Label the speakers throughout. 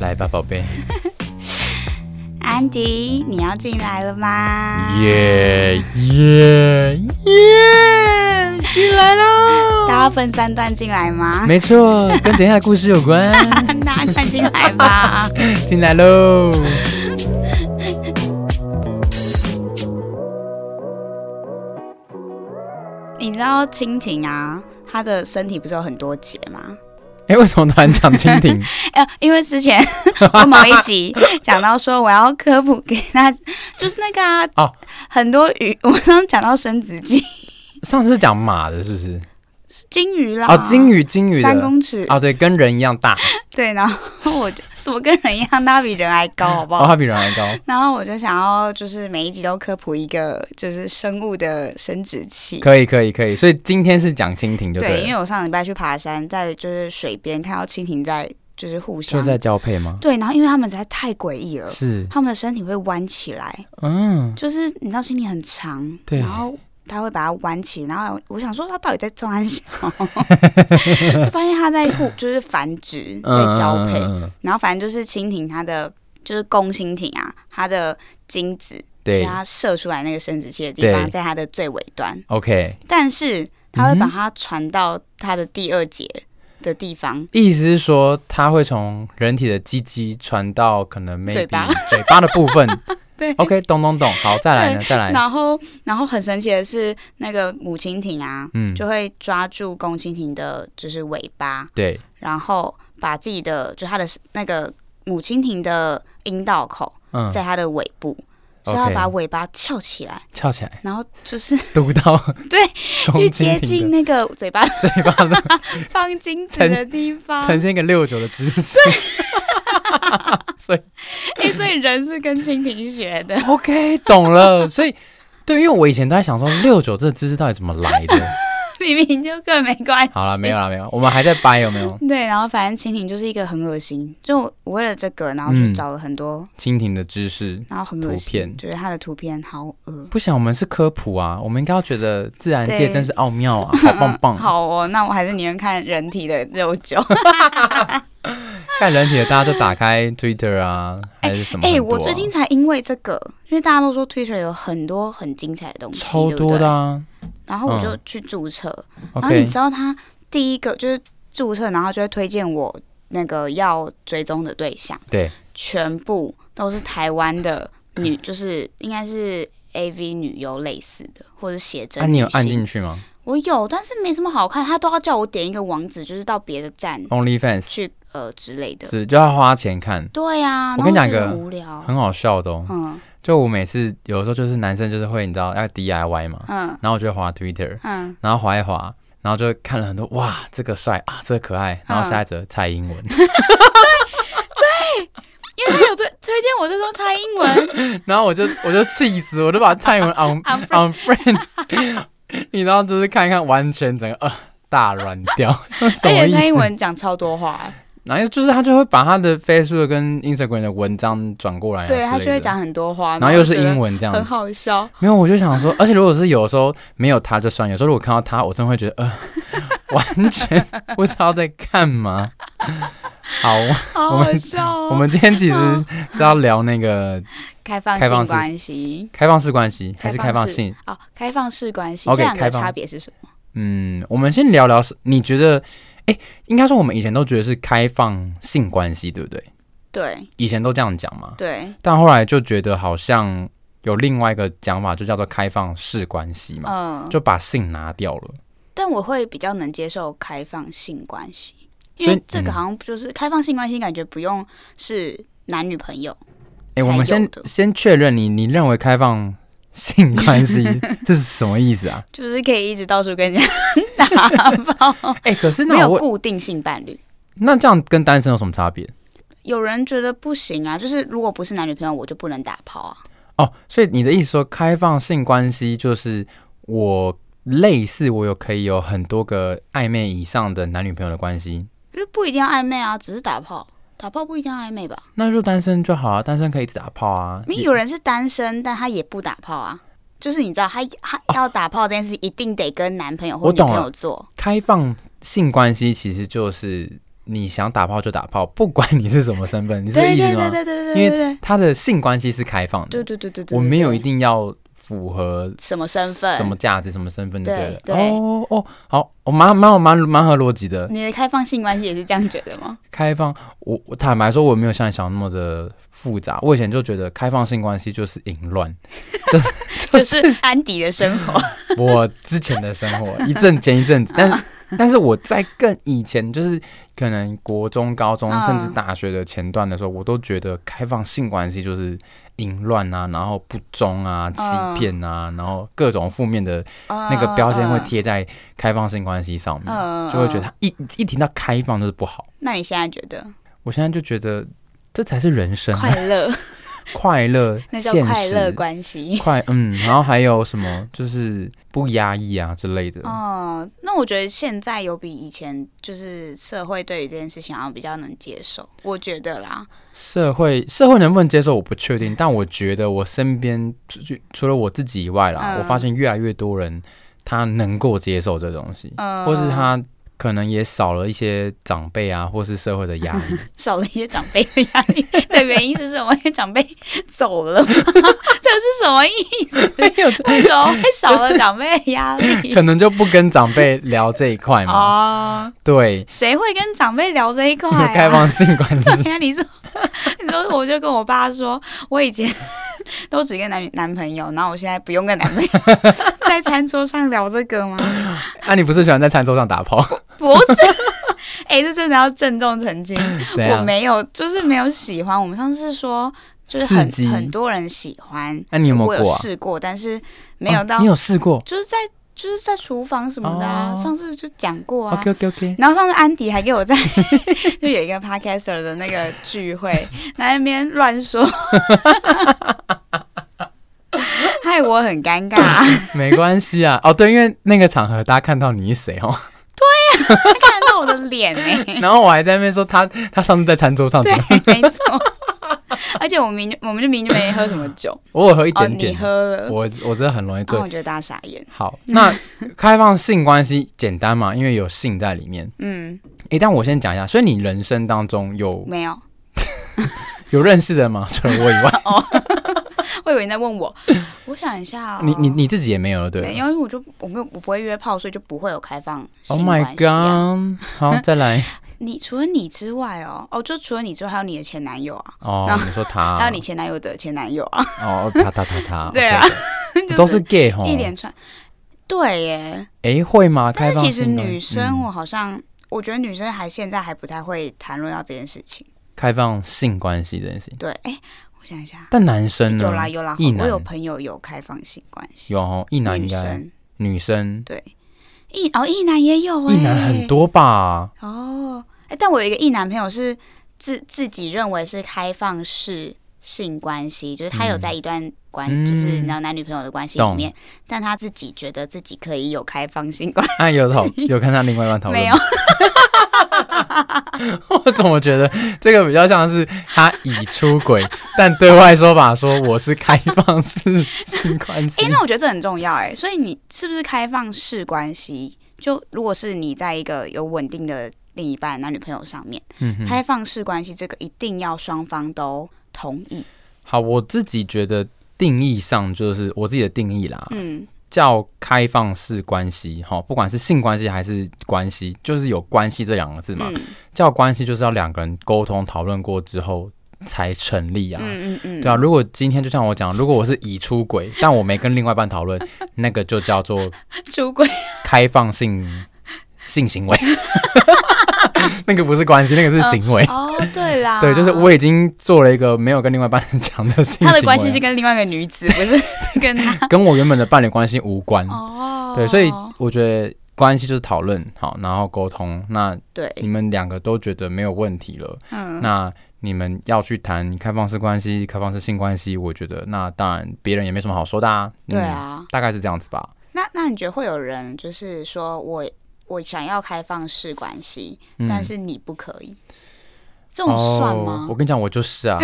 Speaker 1: 来吧，宝贝。
Speaker 2: 安迪，你要进来了吗？
Speaker 1: 耶耶耶！进来喽！
Speaker 2: 大家要分三段进 来吗？
Speaker 1: 没错，跟等一下的故事有 关。
Speaker 2: 大家快进来吧！
Speaker 1: 进来 喽！
Speaker 2: 你知道蜻蜓啊，它的身体不是有很多节吗？
Speaker 1: 哎，为什么突然讲蜻 蜓？
Speaker 2: 呃，因为之 前我某一 集讲到说我要科普给大家，就是那个啊，
Speaker 1: 哦
Speaker 2: 很多鱼，我刚刚讲到生殖器，
Speaker 1: 上次讲马的，是不是？
Speaker 2: 金鱼啦，
Speaker 1: 哦，金鱼，金鱼
Speaker 2: 三
Speaker 1: 的。
Speaker 2: 公尺，
Speaker 1: 哦，对，跟人一样大，
Speaker 2: 对，然后我就什么跟人一样，它比人还高，好不
Speaker 1: 哦，
Speaker 2: 好？
Speaker 1: 它比人还高。
Speaker 2: 然后我就想要，就是每一集都科普一个，就是生物的生殖器。
Speaker 1: 可以，可以，可以。所以今天是讲蜻蜓，就
Speaker 2: 对，
Speaker 1: 对
Speaker 2: 因
Speaker 1: 了。
Speaker 2: 为我上礼拜去爬山，在就是水边看到蜻蜓在就是互
Speaker 1: 就
Speaker 2: 相
Speaker 1: 在交配吗？
Speaker 2: 对，然后因为它们实在太诡异了，
Speaker 1: 是，
Speaker 2: 它们的身体会弯起来，
Speaker 1: 嗯，
Speaker 2: 就是你知道蜻蜓很长，
Speaker 1: 对
Speaker 2: 然后它会把它弯起，然后我想说它到底在装安小， 就发现它在互就是繁殖在交配，
Speaker 1: 嗯嗯嗯嗯
Speaker 2: 然后反正就是蜻蜓它的就是公蜻蜓啊，它的精子就是
Speaker 1: 对
Speaker 2: 它射出来那个生殖器的地方，
Speaker 1: 对
Speaker 2: 在它的最尾端，
Speaker 1: ，OK。
Speaker 2: 但是它会把
Speaker 1: 嗯哼
Speaker 2: 它传到它的第二节的地方，
Speaker 1: 意思是说，它会从人体的鸡鸡传到可能 maybe
Speaker 2: 嘴巴
Speaker 1: 嘴巴的部分。
Speaker 2: 对
Speaker 1: OK，懂懂懂。好，再来呢，再来。
Speaker 2: 然后然后很神奇的是，那个母蜻蜓啊，
Speaker 1: 嗯，
Speaker 2: 就会抓住公蜻蜓的，就是尾巴，
Speaker 1: 对，
Speaker 2: 然后把自己的，就它的那个母蜻蜓的阴道口，
Speaker 1: 嗯，
Speaker 2: 在它的尾部，所以它
Speaker 1: OK
Speaker 2: 把尾巴翘起来，
Speaker 1: 翘起来，
Speaker 2: 然后就是
Speaker 1: 堵到
Speaker 2: 对
Speaker 1: 公
Speaker 2: 去
Speaker 1: 蜻
Speaker 2: 接近
Speaker 1: 蜓的
Speaker 2: 那个嘴巴
Speaker 1: 嘴巴的，
Speaker 2: 放精子
Speaker 1: 呈
Speaker 2: 的地方。
Speaker 1: 呈现一个六九的姿势。 所以
Speaker 2: 哎，所以人是跟蜻蜓学的。
Speaker 1: OK，懂了。所以对，因为我以前都在想说六九这个姿势到底怎么来 的。
Speaker 2: 明明就更没关系。
Speaker 1: 好了，没有。了，没有，我们还在掰有没有？
Speaker 2: 对，然后反正蜻蜓就是一个很恶心，就我为了这个，然后去
Speaker 1: 嗯
Speaker 2: 找了很多，
Speaker 1: 蜻蜓的知识。
Speaker 2: 然后很恶
Speaker 1: 图
Speaker 2: 心，
Speaker 1: 片
Speaker 2: 就是它的图片好恶。
Speaker 1: 不想，我们是科普啊，我们应该要觉得自然界
Speaker 2: 对
Speaker 1: 真是奥妙啊，好棒棒。
Speaker 2: 好哦，那我还是宁愿看人体的肉 酒。
Speaker 1: 看人体的，大家就打开 Twitter 啊，还是什么
Speaker 2: 哎、
Speaker 1: 很多啊？
Speaker 2: 我最近才因为这个，因为大家都说 Twitter 有很多很精彩的东西，
Speaker 1: 超多的、啊。哦
Speaker 2: 对不对然后我就
Speaker 1: 嗯
Speaker 2: 去注册，然后你
Speaker 1: OK，
Speaker 2: 知道他第一个就是注册，然后就会推荐我那个要追踪的对象，
Speaker 1: 对，
Speaker 2: 全部都是台湾的女，
Speaker 1: 嗯
Speaker 2: 就是应该是 AV 女优类似的，或者写真
Speaker 1: 啊，
Speaker 2: 女
Speaker 1: 你
Speaker 2: 星。
Speaker 1: 有按进去吗
Speaker 2: 我有，但是没什么好看，他都要叫我点一个网址，就是到别的站
Speaker 1: ？OnlyFans
Speaker 2: 去呃之类的。
Speaker 1: 哦是就要花钱看，
Speaker 2: 对啊，
Speaker 1: 我跟你
Speaker 2: 然
Speaker 1: 讲
Speaker 2: 后
Speaker 1: 一
Speaker 2: 觉得
Speaker 1: 个
Speaker 2: 无聊，
Speaker 1: 很好笑的哦。
Speaker 2: 嗯
Speaker 1: 就我每次有的时候就是男生就是会你知道要 DIY 嘛，
Speaker 2: 嗯
Speaker 1: 然后我就会滑 Twitter，
Speaker 2: 嗯，
Speaker 1: 然后滑一滑，然后就看了很多哇，这个帅啊，这个可
Speaker 2: 嗯
Speaker 1: 爱，然后下一则蔡英文，
Speaker 2: 因为他有推 推荐我这种猜英 文，
Speaker 1: 然后我就我就气死，我就把蔡英文 on on friend，你知 道就是看一看，完全整个呃大软 掉，什么
Speaker 2: 而且
Speaker 1: 意
Speaker 2: 蔡英
Speaker 1: 思？哎
Speaker 2: 文讲超多话、欸，
Speaker 1: 然后就是他就会把他的 Facebook 跟 Instagram 的文章转过来、啊，
Speaker 2: 对他就会，讲很多话，
Speaker 1: 然后又是英
Speaker 2: 我
Speaker 1: 文这
Speaker 2: 觉得很
Speaker 1: 样子。
Speaker 2: 好笑。
Speaker 1: 没 有，我就想说，而且如果是有时候没有他就算，有时候如果看到他，我真的会觉得，呃，完全不知道在干 嘛。好，
Speaker 2: 好好笑哦！
Speaker 1: 我们今天其实是要聊那个
Speaker 2: 开放
Speaker 1: 开放
Speaker 2: 性
Speaker 1: 式
Speaker 2: 关系
Speaker 1: 开放式关系还是开
Speaker 2: 开
Speaker 1: 放
Speaker 2: 放式
Speaker 1: 性？
Speaker 2: 哦，开放式关系
Speaker 1: OK，
Speaker 2: 这两个
Speaker 1: 开放
Speaker 2: 差别是什么？
Speaker 1: 嗯，我们先聊聊是，你觉得，哎，应该说我们以前都觉得是开放性关系，对不对？
Speaker 2: 对
Speaker 1: 以前都这样讲嘛。
Speaker 2: 对，
Speaker 1: 但后来就觉得好像有另外一个讲法，就叫做开放式关系嘛，
Speaker 2: 嗯，
Speaker 1: 就把性拿掉了。
Speaker 2: 但我会比较能接受开放性关系，因
Speaker 1: 所以
Speaker 2: 为这个
Speaker 1: 嗯
Speaker 2: 好像就是开放性关系，感觉不用是男女朋友，
Speaker 1: 哎、我们
Speaker 2: 才有
Speaker 1: 先
Speaker 2: 的
Speaker 1: 先确认你，你认为开放性关 系这是什么意思啊？
Speaker 2: 就是可以一直到处跟人家打炮，
Speaker 1: 哎、可是
Speaker 2: 没
Speaker 1: 那
Speaker 2: 有
Speaker 1: 我问
Speaker 2: 固定性伴侣。
Speaker 1: 那这样跟单身有什么差别？
Speaker 2: 有人觉得不行啊，就是如果不是男女朋友，我就不能打炮啊。
Speaker 1: 哦，所以你的意思说开放性关系就是我类似我有可以有很多个暧昧以上的男女朋友的关系，
Speaker 2: 因为不一定要暧昧啊，只是打炮，打炮不一定要暧昧吧？
Speaker 1: 那就单身就好啊，单身可以一直打炮啊。
Speaker 2: 因为
Speaker 1: 也
Speaker 2: 有人是单身，但他也不打炮啊。就是你知道，他他要打炮这件事，一定得跟男朋友或
Speaker 1: 哦我
Speaker 2: 女
Speaker 1: 懂
Speaker 2: 朋
Speaker 1: 了
Speaker 2: 友做。
Speaker 1: 开放性关系其实就是你想打炮就打炮， 不管你是什么身份，你是这
Speaker 2: 对
Speaker 1: 意
Speaker 2: 对
Speaker 1: 思
Speaker 2: 对
Speaker 1: 吗？
Speaker 2: 对对对
Speaker 1: 因
Speaker 2: 对
Speaker 1: 为
Speaker 2: 对
Speaker 1: 他的性关系是开放的，
Speaker 2: 对对对对对，
Speaker 1: 我没有
Speaker 2: 对
Speaker 1: 一定要符合
Speaker 2: 什么身份，
Speaker 1: 什么价值、什么身份就对了。
Speaker 2: 对对
Speaker 1: 哦哦，好，我蛮蛮蛮蛮合逻辑的。
Speaker 2: 你的开放性关系也是这样觉得 吗？
Speaker 1: 开放，我我坦白说，我没有像你想那么的复杂。我以前就觉得开放性关系就是淫乱，
Speaker 2: 就是 安迪的生活，
Speaker 1: 我之前的生活一阵接一阵子， 但是但是我在更以前，就是可能国中、高中
Speaker 2: 嗯
Speaker 1: 甚至大学的前段的时候，我都觉得开放性关系就是淫乱啊，然后不忠啊、欺骗啊，然后各种负面的那
Speaker 2: 那
Speaker 1: 个标签会贴在开放性关系上面，
Speaker 2: 嗯，
Speaker 1: 就会觉得
Speaker 2: 嗯。
Speaker 1: 它一一听到开放就是不好。
Speaker 2: 那你现在觉得
Speaker 1: 我现在就觉得这才是人生、
Speaker 2: 快
Speaker 1: 啊，
Speaker 2: 乐，
Speaker 1: 快乐，
Speaker 2: 那叫
Speaker 1: 现
Speaker 2: 快乐
Speaker 1: 实，
Speaker 2: 关系。
Speaker 1: 快嗯，然后还有什么就是不压抑啊之类的。
Speaker 2: 哦，那我觉得现在有比以前，就是社会对于这件事情好像比较能接受，我觉得啦。
Speaker 1: 社会社会能不能接受我不确定，但我觉得我身边除除除了我自己以外啦，
Speaker 2: 嗯
Speaker 1: 我发现越来越多人他能够接受这东西，
Speaker 2: 嗯，
Speaker 1: 或是他可能也少了一些长辈啊，或是社会的压力。
Speaker 2: 少了一些长辈的压力的原因是什么？因为长辈走了吗， 这是什么意思？为什么会少了长辈的压 力？
Speaker 1: 可能就不跟长辈聊这一块嘛，
Speaker 2: 哦，
Speaker 1: 对，
Speaker 2: 谁会跟长辈聊这一块、
Speaker 1: 就
Speaker 2: 啊？
Speaker 1: 开放性关 系，
Speaker 2: 对啊，你说，你说，我就跟我爸说，我以前 都只跟男男朋友，然后我现在不用跟男 朋友在餐桌上聊这个吗？
Speaker 1: 啊，你不是喜欢在餐桌上打炮？
Speaker 2: 不是， 哎、这真的要郑重澄清，
Speaker 1: 怎
Speaker 2: 我
Speaker 1: 样？
Speaker 2: 没有，就是没有喜欢。我们上次说，就是
Speaker 1: 刺
Speaker 2: 很
Speaker 1: 激
Speaker 2: 很多人喜欢，
Speaker 1: 那、你有没
Speaker 2: 我有
Speaker 1: 过啊？
Speaker 2: 试过，但是没有
Speaker 1: 啊
Speaker 2: 到，
Speaker 1: 你有试过
Speaker 2: 就是在就是在厨房什么的啊，
Speaker 1: 哦
Speaker 2: 上次就讲过啊。
Speaker 1: ？OK OK OK，
Speaker 2: 然后上次安迪还给我在 就有一个 podcaster 的那个聚会，在那边乱说，害我很尴尬。
Speaker 1: 没关系啊。哦，对，因为那个场合大家看到你是谁 哦，
Speaker 2: 他 看到我的脸哎、
Speaker 1: 然后我还在那边说他他上次在餐桌上怎么样
Speaker 2: 对，没啊错。而且我明明我们就明明没喝什么酒，
Speaker 1: 我有喝一
Speaker 2: 哦，
Speaker 1: 点
Speaker 2: 你
Speaker 1: 点，
Speaker 2: 喝哦了，
Speaker 1: 我我真的很容易醉。
Speaker 2: 然后我觉得大家傻眼。
Speaker 1: 好，那开放性关系简单嘛，因为有性在里面。
Speaker 2: 嗯，
Speaker 1: 诶，但我先讲一下，所以你人生当中有
Speaker 2: 没有，
Speaker 1: 有认识的吗？ 除了我以 外，
Speaker 2: 我以为你在问 我，我想一下、哦，
Speaker 1: 你你你自己也没有了，对
Speaker 2: 没
Speaker 1: 吧
Speaker 2: 有，因为我就我没有我不会约炮，所以就不会有开放性
Speaker 1: ？Oh my
Speaker 2: 关系啊
Speaker 1: god！好，再 来
Speaker 2: 你除了你之外哦，哦，就除了你之外，还有你的前男友啊，
Speaker 1: 哦
Speaker 2: 然，
Speaker 1: 你说他，
Speaker 2: 还有你前男友的前男友啊，
Speaker 1: 哦，他他他 他，
Speaker 2: 对啊
Speaker 1: OK，
Speaker 2: 就
Speaker 1: 都是 gay 吼。
Speaker 2: 一连串。对耶，
Speaker 1: 诶，会吗？开
Speaker 2: 但是
Speaker 1: 放
Speaker 2: 其实
Speaker 1: 性关
Speaker 2: 女生
Speaker 1: 嗯
Speaker 2: 我好像，我觉得女生还现在还不太会谈论到这件事情。
Speaker 1: 开放性关系这件事情，
Speaker 2: 对，哎，我想一下，
Speaker 1: 但男生呢？
Speaker 2: 有啦有啦
Speaker 1: 一，
Speaker 2: 我
Speaker 1: 男
Speaker 2: 有朋友有开放性关系，
Speaker 1: 有吼，一男
Speaker 2: 女
Speaker 1: 应该
Speaker 2: 生
Speaker 1: 女生，
Speaker 2: 对，一哦一男也有哎，
Speaker 1: 一男很多吧？
Speaker 2: 哦，哎，但我有一个异男朋友是自自己认为是开放式性关系，就是他有在一段关，
Speaker 1: 嗯
Speaker 2: 就是男男女朋友的关系里面，但他自己觉得自己可以有开放性关系，
Speaker 1: 啊，有 讨有看到另外一段讨论
Speaker 2: 没有
Speaker 1: 吗， 我怎么觉得这个比较像是他已出轨， 但对外说法说我是开放式性关系
Speaker 2: 哎、。那我觉得这很重要哎、所以你是不是开放式关系？就如果是你在一个有稳定的另一半男女朋友上面，
Speaker 1: 嗯哼，
Speaker 2: 开放式关系这个一定要双方都同意。
Speaker 1: 好，我自己觉得定义上就是我自己的定义啦，
Speaker 2: 嗯
Speaker 1: 叫开放式关系。哈，不管是性关系还是关系，就是有关系这两个字嘛。
Speaker 2: 嗯
Speaker 1: 叫关系就是要两个人沟通讨论过之后才成立啊。
Speaker 2: 嗯嗯嗯，
Speaker 1: 对啊，如果今天就像我讲，如果我是已出轨，但我没跟另外一半 讨论，那个就叫做
Speaker 2: 出
Speaker 1: 哎
Speaker 2: 轨
Speaker 1: 开放性性行为， 那个不是关系，那个是行为。
Speaker 2: 哦，对啦，
Speaker 1: 对，就是我已经做了一个没有跟另外一半讲的性行为，
Speaker 2: 他的关系是跟另外一个女子，不是 跟他。
Speaker 1: 跟我原本的伴侣关系无关。
Speaker 2: 哦
Speaker 1: 嗯对，所以我觉得关系就是讨论好，然后沟通。那
Speaker 2: 对，
Speaker 1: 你们两个都觉得没有问题了，
Speaker 2: 嗯，
Speaker 1: 那你们要去谈开放式关系、开放式性关系，我觉得那当然别人也没什么好说的啊。
Speaker 2: 对
Speaker 1: 嗯，
Speaker 2: 啊。
Speaker 1: 大概是这样子吧。
Speaker 2: 那那你觉得会有人就是说我我想要开放式关系，
Speaker 1: 嗯
Speaker 2: 但是你不可以，这种算
Speaker 1: 哦
Speaker 2: 吗？
Speaker 1: 我跟你讲，我就是啊。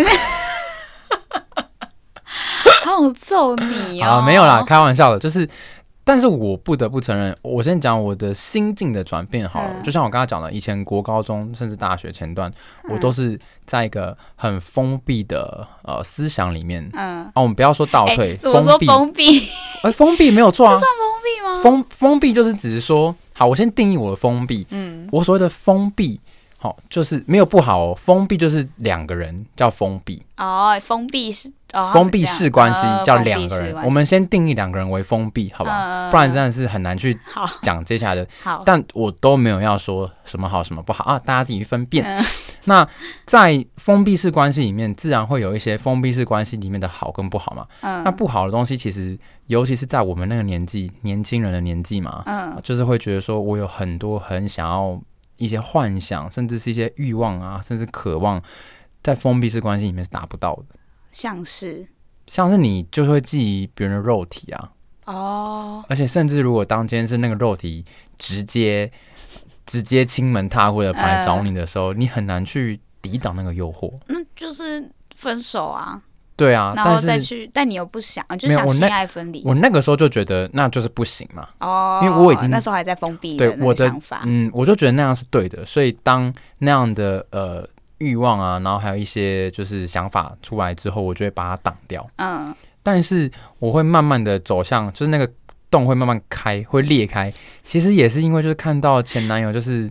Speaker 2: 好想揍你哦！哦
Speaker 1: 啊，没有啦，，开玩笑的，就是但是我不得不承认，我先讲我的心境的转变好了。
Speaker 2: 嗯
Speaker 1: 就像我刚刚讲的，以前国高中甚至大学前段，我
Speaker 2: 嗯
Speaker 1: 都是在一个很封闭的呃思想里面。
Speaker 2: 嗯，
Speaker 1: 啊，我们不要说倒
Speaker 2: 哎、
Speaker 1: 退，
Speaker 2: 怎么说
Speaker 1: 闭，
Speaker 2: 封闭？
Speaker 1: 哎，封闭没有错啊，
Speaker 2: 算封闭吗？
Speaker 1: 封封闭就是只是说，好，我先定义我的封闭，
Speaker 2: 嗯
Speaker 1: 我所谓的封闭，好、就是没有不好哦，封闭就是两个人叫封闭，
Speaker 2: 哦，封闭是哦，
Speaker 1: 封闭式关系
Speaker 2: 呃
Speaker 1: 叫
Speaker 2: 封闭
Speaker 1: 两个
Speaker 2: 式
Speaker 1: 人，
Speaker 2: 关
Speaker 1: 我们
Speaker 2: 系
Speaker 1: 先定义两个人为封闭，好吧？
Speaker 2: 嗯
Speaker 1: 不然真的是很难去
Speaker 2: 好
Speaker 1: 讲接下来的，
Speaker 2: 好
Speaker 1: 但我都没有要说什么好什么不好啊，大家自己分辨。
Speaker 2: 嗯
Speaker 1: 那在封闭式关系里面，自然会有一些封闭式关系里面的好跟不好嘛。
Speaker 2: 嗯
Speaker 1: 那不好的东西，其实尤其是在我们那个年纪，年轻人的年纪嘛，
Speaker 2: 嗯
Speaker 1: 就是会觉得说我有很多很想要一些幻想，甚至是一些欲望啊，甚至渴望，在封闭式关系里面是达不到的。
Speaker 2: 像是
Speaker 1: 像是你就会觊觎别人的肉体啊，
Speaker 2: 哦
Speaker 1: 而且甚至如果当今天是那个肉体直接 直接亲门踏户的跑来找你的时候，你很难去抵挡那个诱惑。
Speaker 2: 那就是分手啊，
Speaker 1: 对啊，
Speaker 2: 然
Speaker 1: 但
Speaker 2: 后再
Speaker 1: 是
Speaker 2: 去，但你又不想，就
Speaker 1: 没有
Speaker 2: 想
Speaker 1: 我
Speaker 2: 性
Speaker 1: 那
Speaker 2: 爱分离
Speaker 1: 我那个时候就觉得那就是不行嘛。
Speaker 2: 哦，
Speaker 1: 因为我已经
Speaker 2: 那时候还在封闭
Speaker 1: 对
Speaker 2: 的那
Speaker 1: 我
Speaker 2: 个
Speaker 1: 的
Speaker 2: 想法，
Speaker 1: 嗯，我就觉得那样是对的，所以当那样的呃欲望啊，然后还有一些就是想法出来之后，我就会把它挡掉。
Speaker 2: 嗯
Speaker 1: 但是我会慢慢的走向，就是那个洞会慢慢开，会裂开。其实也是因为就是看到前男友，就是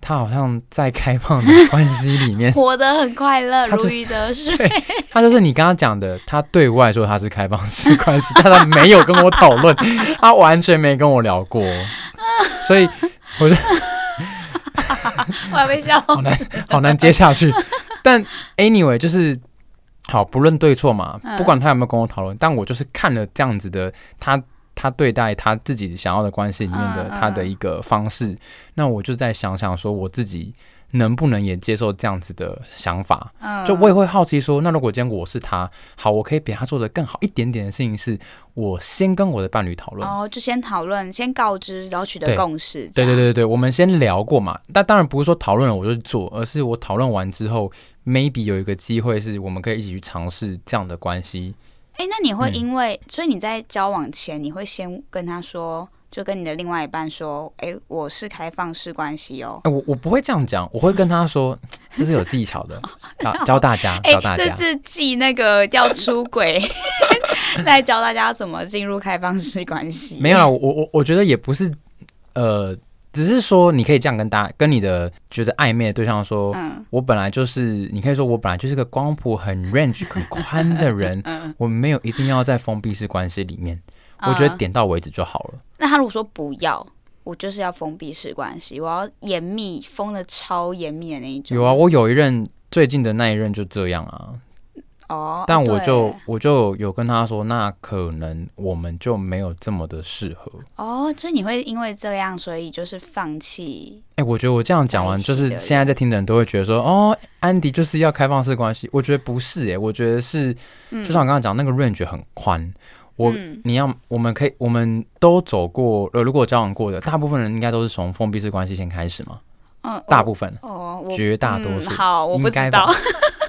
Speaker 1: 他好像在开放的关系里 面，
Speaker 2: 活得很快乐，
Speaker 1: 他就
Speaker 2: 如鱼得水。
Speaker 1: 他就是你刚刚讲的，他对外说他是开放式关系，但他没有跟我讨论，他完全没跟我聊过，所以
Speaker 2: 我还没笑。
Speaker 1: 好难 好难接下去。但 anyway，就是好，不论对错嘛，
Speaker 2: 嗯
Speaker 1: 不管他有没有跟我讨论，但我就是看了这样子的他，他对待他自己想要的关系里面的
Speaker 2: 嗯嗯
Speaker 1: 他的一个方式，那我就在想想说我自己。能不能也接受这样子的想法？
Speaker 2: 嗯，
Speaker 1: 就我也会好奇说，那如果今天我是他，好，我可以比他做的更好一点点的事情是，我先跟我的伴侣讨论。
Speaker 2: 哦，就先讨论，先告知，然后取得
Speaker 1: 对
Speaker 2: 共识。
Speaker 1: 对对对对，我们先聊过嘛。但当然不是说讨论了我就做，而是我讨论完之后，maybe 有一个机会是我们可以一起去尝试这样的关系。
Speaker 2: 哎、那你会
Speaker 1: 嗯
Speaker 2: 因为，所以你在交往前，你会先跟他说，就跟你的另外一半说，哎、我是开放式关系哦。
Speaker 1: 哎、我我不会这样讲，我会跟他说这是有技巧 的，教教大家，
Speaker 2: 哎、
Speaker 1: 教大
Speaker 2: 这
Speaker 1: 家。
Speaker 2: 这记那个要出轨， 来教大家怎么进入开放式关系。
Speaker 1: 没有啦，我我我我觉得也不是，呃，只是说你可以这样跟大家，跟你的觉得暧昧的对象说，
Speaker 2: 嗯，
Speaker 1: 我本来就是，你可以说我本来就是个光谱很 range 很宽的人
Speaker 2: 嗯，
Speaker 1: 我没有一定要在封闭式关系里面，我觉得
Speaker 2: 嗯
Speaker 1: 点到为止就好了。
Speaker 2: 那他如果说不要，我就是要封闭式关系，我要严密，封的超严密的那一种。
Speaker 1: 有啊，，我有一任最近的那一任就这样啊，
Speaker 2: 哦，
Speaker 1: 但我
Speaker 2: 对
Speaker 1: 就我就有跟他说，那可能我们就没有这么的适合。
Speaker 2: 哦，所以你会因为这样，所以就是放弃
Speaker 1: 哎、我觉得我这样讲完，
Speaker 2: 在一起
Speaker 1: 就是
Speaker 2: 的
Speaker 1: 现在在听的人都会觉得说，哦，安迪就是要开放式关系。我觉得不是、哎，我觉得是，就像我刚刚讲，那个 range 很宽。我、
Speaker 2: 嗯
Speaker 1: 你要，我们可以，我们都走过，呃，如果交往过的，大部分人应该都是从封闭式关系先开始嘛，
Speaker 2: 嗯，
Speaker 1: 大
Speaker 2: 我
Speaker 1: 部分，
Speaker 2: 哦，我
Speaker 1: 绝大多数
Speaker 2: 嗯、好，我不
Speaker 1: 应
Speaker 2: 知
Speaker 1: 该
Speaker 2: 道
Speaker 1: 吧，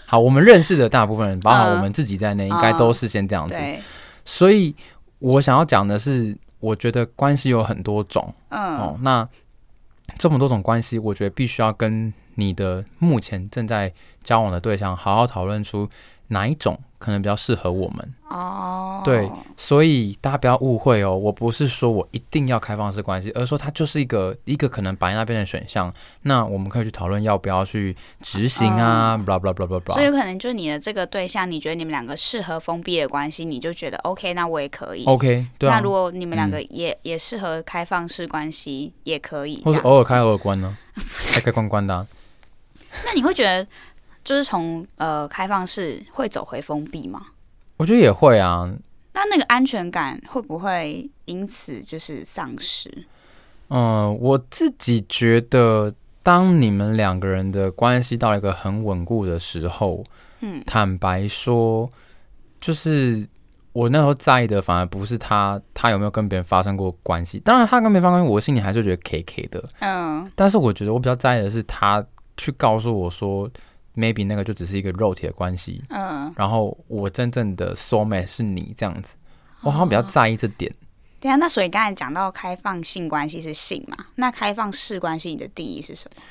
Speaker 1: 好，我们认识的大部分人，包含
Speaker 2: 嗯
Speaker 1: 我们自己在内，应该都是先这样子。
Speaker 2: 对，
Speaker 1: 所以我想要讲的是，我觉得关系有很多种、
Speaker 2: 嗯，
Speaker 1: 哦。那这么多种关系，我觉得必须要跟你的目前正在交往的对象好好讨论出哪一种可能比较适合我们。
Speaker 2: 哦，
Speaker 1: 对，所以大家不要误会哦，我不是说我一定要开放式关系，而是说它就是一个一个可能摆在那边的选项。那我们可以去讨论要不要去执行啊、b l a b l a blah blah blah blah。
Speaker 2: 哦所以有可能就是你的这个对象，你觉得你们两个适合封闭的关系，你就觉得 OK，那我也可以。
Speaker 1: OK，对啊
Speaker 2: 那如，果你们两个也、也适合开放式关系，也可以。
Speaker 1: 或是
Speaker 2: 这样
Speaker 1: 偶尔开偶尔关呢、开开关关的啊、
Speaker 2: 那你会觉得，就是从呃开放式会走回封闭吗？
Speaker 1: 我觉得也会啊，
Speaker 2: 那那个安全感会不会因此就是丧失？
Speaker 1: 嗯，我自己觉得，当你们两个人的关系到了一个很稳固的时候，
Speaker 2: 嗯
Speaker 1: 坦白说，就是我那时候在意的反而不是他，他有没有跟别人发生过关系。当然，他跟别人发生关系，我心里还是觉得 K K 的。
Speaker 2: 嗯
Speaker 1: 但是我觉得我比较在意的是，他去告诉我说，maybe 那个就只是一个肉体的关系，
Speaker 2: 嗯，
Speaker 1: 然后我真正的 soul mate 是你这样子。我好像比较
Speaker 2: 哦
Speaker 1: 在意这点。
Speaker 2: 对啊，那所以刚才讲到开放性关系是性嘛，那开放式关系你的定义是什么？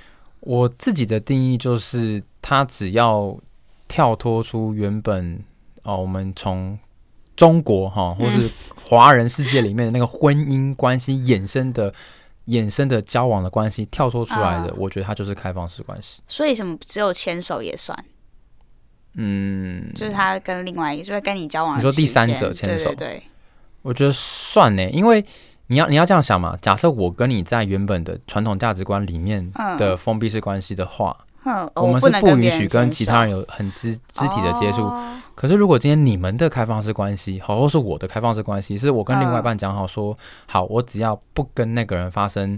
Speaker 1: 我自己的定义就是，它只要跳脱出原本哦，我们从中国哈，
Speaker 2: 嗯
Speaker 1: 或是华人世界里面的那个婚姻关系衍生的。衍生的交往的关系跳脱出来的，
Speaker 2: 啊
Speaker 1: 我觉得它就是开放式关系。
Speaker 2: 所以什么只有牵手也算，
Speaker 1: 嗯，
Speaker 2: 就是他跟另外一个，就是跟你交往的
Speaker 1: 你说第
Speaker 2: 期间
Speaker 1: 三者牵手
Speaker 2: 对对对，
Speaker 1: 我觉得算呢，因为你要你要这样想嘛，假设我跟你在原本的传统价值观里面
Speaker 2: 嗯
Speaker 1: 的封闭式关系的话，
Speaker 2: 哼，
Speaker 1: 我们是
Speaker 2: 能
Speaker 1: 不
Speaker 2: 别
Speaker 1: 允
Speaker 2: 人
Speaker 1: 许跟
Speaker 2: 牵
Speaker 1: 其
Speaker 2: 手
Speaker 1: 他人有很肢肢体的接触。
Speaker 2: 哦
Speaker 1: 可是如果今天你们的开放式关系，好，或是我的开放式关系，是我跟另外一
Speaker 2: 嗯
Speaker 1: 半讲好说，好，我只要不跟那个人发生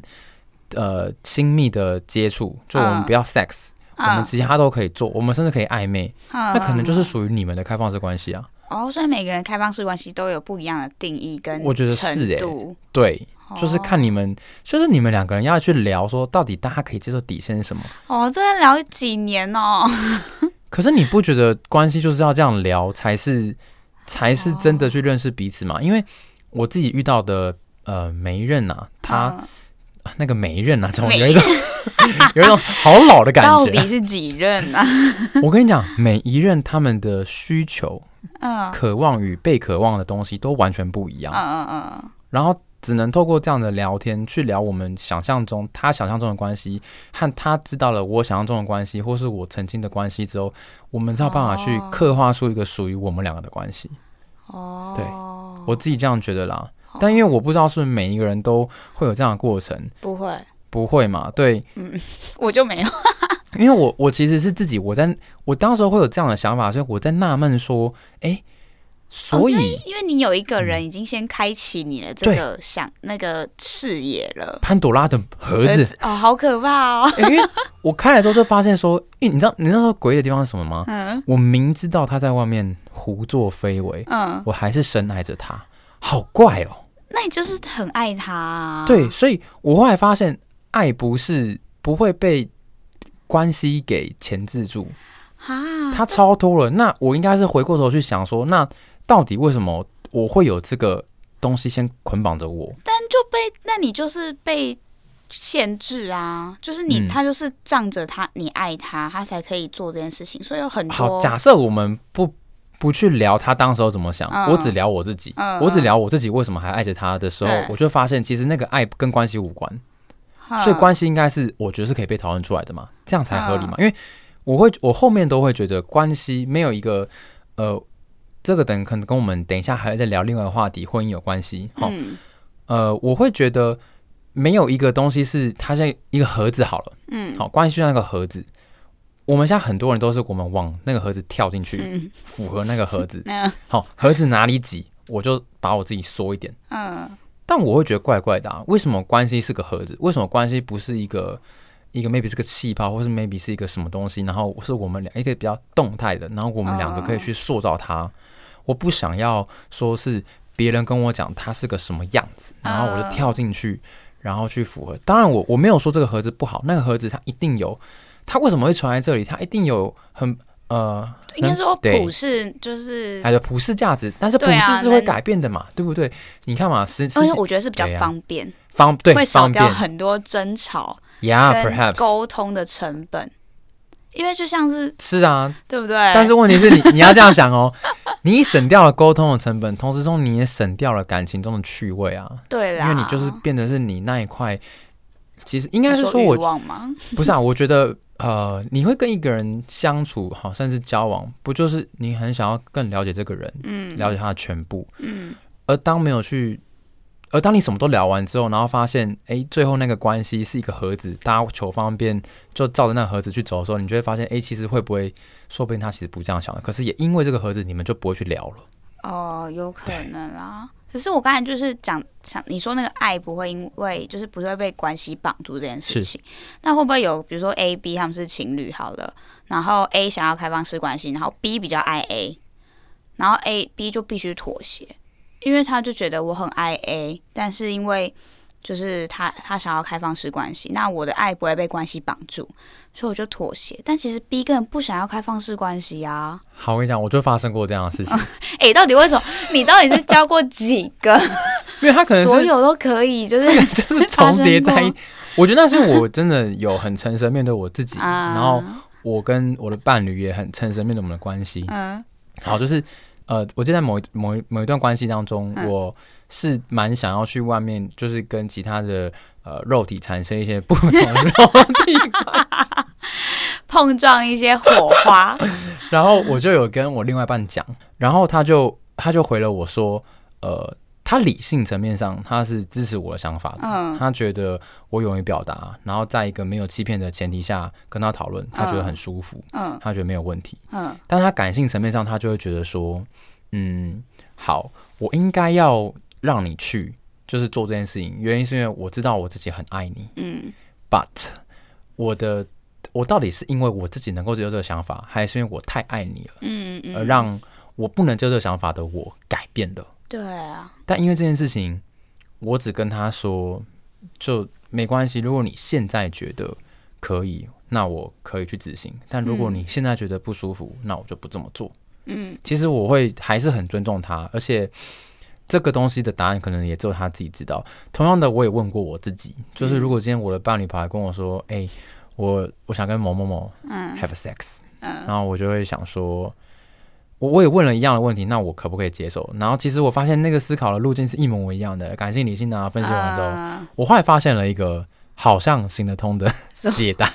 Speaker 1: 呃亲密的接触，就我们
Speaker 2: 嗯
Speaker 1: 不要 sex，、我们其他都可以做，我们甚至可以暧昧，
Speaker 2: 嗯
Speaker 1: 那可能就
Speaker 2: 嗯
Speaker 1: 是属于你们的开放式关系啊。
Speaker 2: 哦，所以每个人开放式关系都有不一样的定义跟
Speaker 1: 我觉得
Speaker 2: 程
Speaker 1: 是欸
Speaker 2: 度，
Speaker 1: 对，就是看
Speaker 2: 哦
Speaker 1: 你们，就是你们两个人要去聊说，到底大家可以接受底线是什么。
Speaker 2: 哦，这要聊几年哦，
Speaker 1: 可是你不觉得关系就是要这样聊才是才是真
Speaker 2: 哦
Speaker 1: 的去认识彼此吗？因为我自己遇到的呃媒人啊，他、
Speaker 2: 嗯
Speaker 1: 那个媒人啊，怎么
Speaker 2: 媒
Speaker 1: 有一种 有一种好老的感
Speaker 2: 到
Speaker 1: 觉
Speaker 2: 底？是几任啊？
Speaker 1: 我跟你讲，每一任他们的需求、
Speaker 2: 嗯嗯
Speaker 1: 渴望与被渴望的东西都完全不一样，
Speaker 2: 嗯嗯
Speaker 1: 然后只能透过这样的聊天去聊我们想象中他想象中的关系和他知道了我想象中的关系，或是我曾经的关系之后，我们才有办法去
Speaker 2: 哦
Speaker 1: 刻画出一个属于我们两个的关系。
Speaker 2: 嗯，哦，
Speaker 1: 对我自己这样觉得啦。但因为我不知道是不是每一个人都会有这样的过程，
Speaker 2: 不会，
Speaker 1: 不会嘛？对，
Speaker 2: 我就没有，
Speaker 1: 因为我我其实是自己，我在我当时候会有这样的想法，所以我在纳闷说，诶，所以
Speaker 2: 因为你有一个人已经先开启你的
Speaker 1: 嗯
Speaker 2: 这
Speaker 1: 对
Speaker 2: 个想那个视野了，
Speaker 1: 潘朵拉的盒子，
Speaker 2: 哦，好可 怕哦，
Speaker 1: 诶因为我开来之后就发现说，因为你知道你那时候诡异的地方是什么吗？
Speaker 2: 嗯
Speaker 1: 我明知道他在外面胡作非为，
Speaker 2: 嗯，
Speaker 1: 我还是深爱着他，好怪哦。
Speaker 2: 那你就是很爱他、啊，
Speaker 1: 对，所以我后来发现，爱不是不会被关系给钳制住，
Speaker 2: 啊，
Speaker 1: 他超脱了。那我应该是回过头去想说，那到底为什么我会有这个东西先捆绑着我？
Speaker 2: 但就被，那你就是被限制啊，就是你，
Speaker 1: 嗯
Speaker 2: 他就是仗着他你爱他，他才可以做这件事情，所以有很
Speaker 1: 好，
Speaker 2: 多
Speaker 1: 假设我们不不去聊他当时候怎么想，
Speaker 2: 嗯
Speaker 1: 我只聊我自己，
Speaker 2: 嗯
Speaker 1: 我只聊我自己为什么还爱着他的时候
Speaker 2: 对，
Speaker 1: 我就发现其实那个爱跟关系无关，
Speaker 2: 嗯
Speaker 1: 所以关系应该是我觉得是可以被讨论出来的嘛，这样才合理嘛。因为我会我后面都会觉得关系没有一个呃。这个等可能跟我们等一下还要再聊另外一个话题，婚姻有关系。好、
Speaker 2: 嗯
Speaker 1: 呃，我会觉得没有一个东西是它像一个盒子好了，
Speaker 2: 嗯
Speaker 1: 好，关系就像一个盒子。我们现在很多人都是我们往那个盒子跳进去，
Speaker 2: 嗯
Speaker 1: 符合那个盒子。
Speaker 2: 那
Speaker 1: 好，盒子哪里挤，我就把我自己缩一点。
Speaker 2: 嗯
Speaker 1: 但我会觉得怪怪的啊，为什么关系是个盒子？为什么关系不是一个一个 maybe 是个气泡，或是 maybe 是一个什么东西？然后是我们俩一个比较动态的，然后我们两个
Speaker 2: 啊
Speaker 1: 可以去塑造它。我不想要说是别人跟我讲它是个什么样子，
Speaker 2: 啊
Speaker 1: 然后我就跳进去，然后去符合。当然我，我没有说这个盒子不好，那个盒子它一定有，它为什么会存在这里？它一定有很呃，
Speaker 2: 应该说
Speaker 1: 对
Speaker 2: 普世就是，
Speaker 1: 还有普世价值，但是普
Speaker 2: 对啊
Speaker 1: 世是会
Speaker 2: 能
Speaker 1: 改变的嘛，对不对？你看嘛，实实
Speaker 2: 而且我觉得是比较
Speaker 1: 对啊
Speaker 2: 方便，
Speaker 1: 方对
Speaker 2: 会少
Speaker 1: 方便
Speaker 2: 掉很多争吵
Speaker 1: Yeah,
Speaker 2: 跟
Speaker 1: 啊 perhaps
Speaker 2: 沟通的成本，因为就像是
Speaker 1: 是啊，
Speaker 2: 对不对？
Speaker 1: 但是问题是你 你要这样想哦，你省掉了沟通的成本，同时中你也省掉了感情中的趣味啊，
Speaker 2: 对
Speaker 1: 因
Speaker 2: 啦，
Speaker 1: 为你就是变得是你那一块，其实应该是
Speaker 2: 你
Speaker 1: 说
Speaker 2: 欲
Speaker 1: 我
Speaker 2: 望嘛，
Speaker 1: 不是啊，我觉得呃，你会跟一个人相处好，甚至交往，不就是你很想要更了解这个人，
Speaker 2: 嗯，
Speaker 1: 了解他的全部，
Speaker 2: 嗯
Speaker 1: 而当没有去。而当你什么都聊完之后，然后发现，哎，最后那个关系是一个盒子，大家求方便就照着那个盒子去走的时候，你就会发现，哎，其实会不会，说不定他其实不这样想的，可是也因为这个盒子，你们就不会去聊了。
Speaker 2: 哦，有可能啦。只是我刚才就是讲想你说那个爱不会因为就是不会被关系绑住这件事
Speaker 1: 是
Speaker 2: 情，那会不会有比如说 A、B 他们是情侣好了，然后 A 想要开放式关系，然后 B 比较爱 A，然后 A、B 就必须妥协，因为他就觉得我很爱 A，但是因为就是他他想要开放式关系，那我的爱不会被关系绑住，所以我就妥协。但其实 B 根本不想要开放式关系啊，欸
Speaker 1: 好，我跟你讲，我就发生过这样的事情。
Speaker 2: 哎、到底为什么？你到底是教过几个
Speaker 1: 因为 他可能
Speaker 2: 所
Speaker 1: 是
Speaker 2: 有都可以，就是
Speaker 1: 就是
Speaker 2: 发
Speaker 1: 重叠
Speaker 2: 生
Speaker 1: 在
Speaker 2: 过
Speaker 1: 一。我觉得那是我真的有很诚实地面对我自己，
Speaker 2: 啊，
Speaker 1: 然后我跟我的伴侣也很诚实地面对我们的关系。
Speaker 2: 嗯
Speaker 1: 好，就是呃，我记得在某一某一某一段关系当中，
Speaker 2: 嗯
Speaker 1: 我是蛮想要去外面，就是跟其他的呃肉体产生一些不同的 肉体
Speaker 2: 碰撞一些火 花，
Speaker 1: 然后我就有跟我另外一半讲，然后他就他就回了我说，呃，他理性层面上他是支持我的想法的，
Speaker 2: 嗯
Speaker 1: 他觉得我勇于表达，然后在一个没有欺骗的前提下跟他讨论，他觉得很舒服，
Speaker 2: 嗯
Speaker 1: 他觉得没有问题。
Speaker 2: 嗯
Speaker 1: 但他感性层面上，他就会觉得说，嗯，好，我应该要让你去，就是做这件事情。原因是因为我知道我自己很爱你
Speaker 2: 嗯
Speaker 1: ，but 我的我到底是因为我自己能够接受这个想法，还是因为我太爱你了？
Speaker 2: 嗯
Speaker 1: 而
Speaker 2: 嗯，
Speaker 1: 呃让我不能接受这个想法的我改变了。
Speaker 2: 对啊，
Speaker 1: 但因为这件事情，我只跟他说，就没关系。如果你现在觉得可以，那我可以去执行；但如果
Speaker 2: 嗯
Speaker 1: 你现在觉得不舒服，那我就不这么做。
Speaker 2: 嗯
Speaker 1: 其实我会还是很尊重他，而且这个东西的答案可能也只有他自己知道。同样的，我也问过我自己，
Speaker 2: 嗯
Speaker 1: 就是如果今天我的伴侣跑来跟我说：“哎、我我想跟某某某
Speaker 2: 嗯
Speaker 1: have sex。”
Speaker 2: 嗯
Speaker 1: 然后我就会想说，我我也问了一样的问题，那我可不可以接受？然后其实我发现那个思考的路径是一模一样的，感性理性啊，分析完之后，
Speaker 2: 嗯
Speaker 1: 我后来发现了一个好像行得通的
Speaker 2: 什么
Speaker 1: 解答。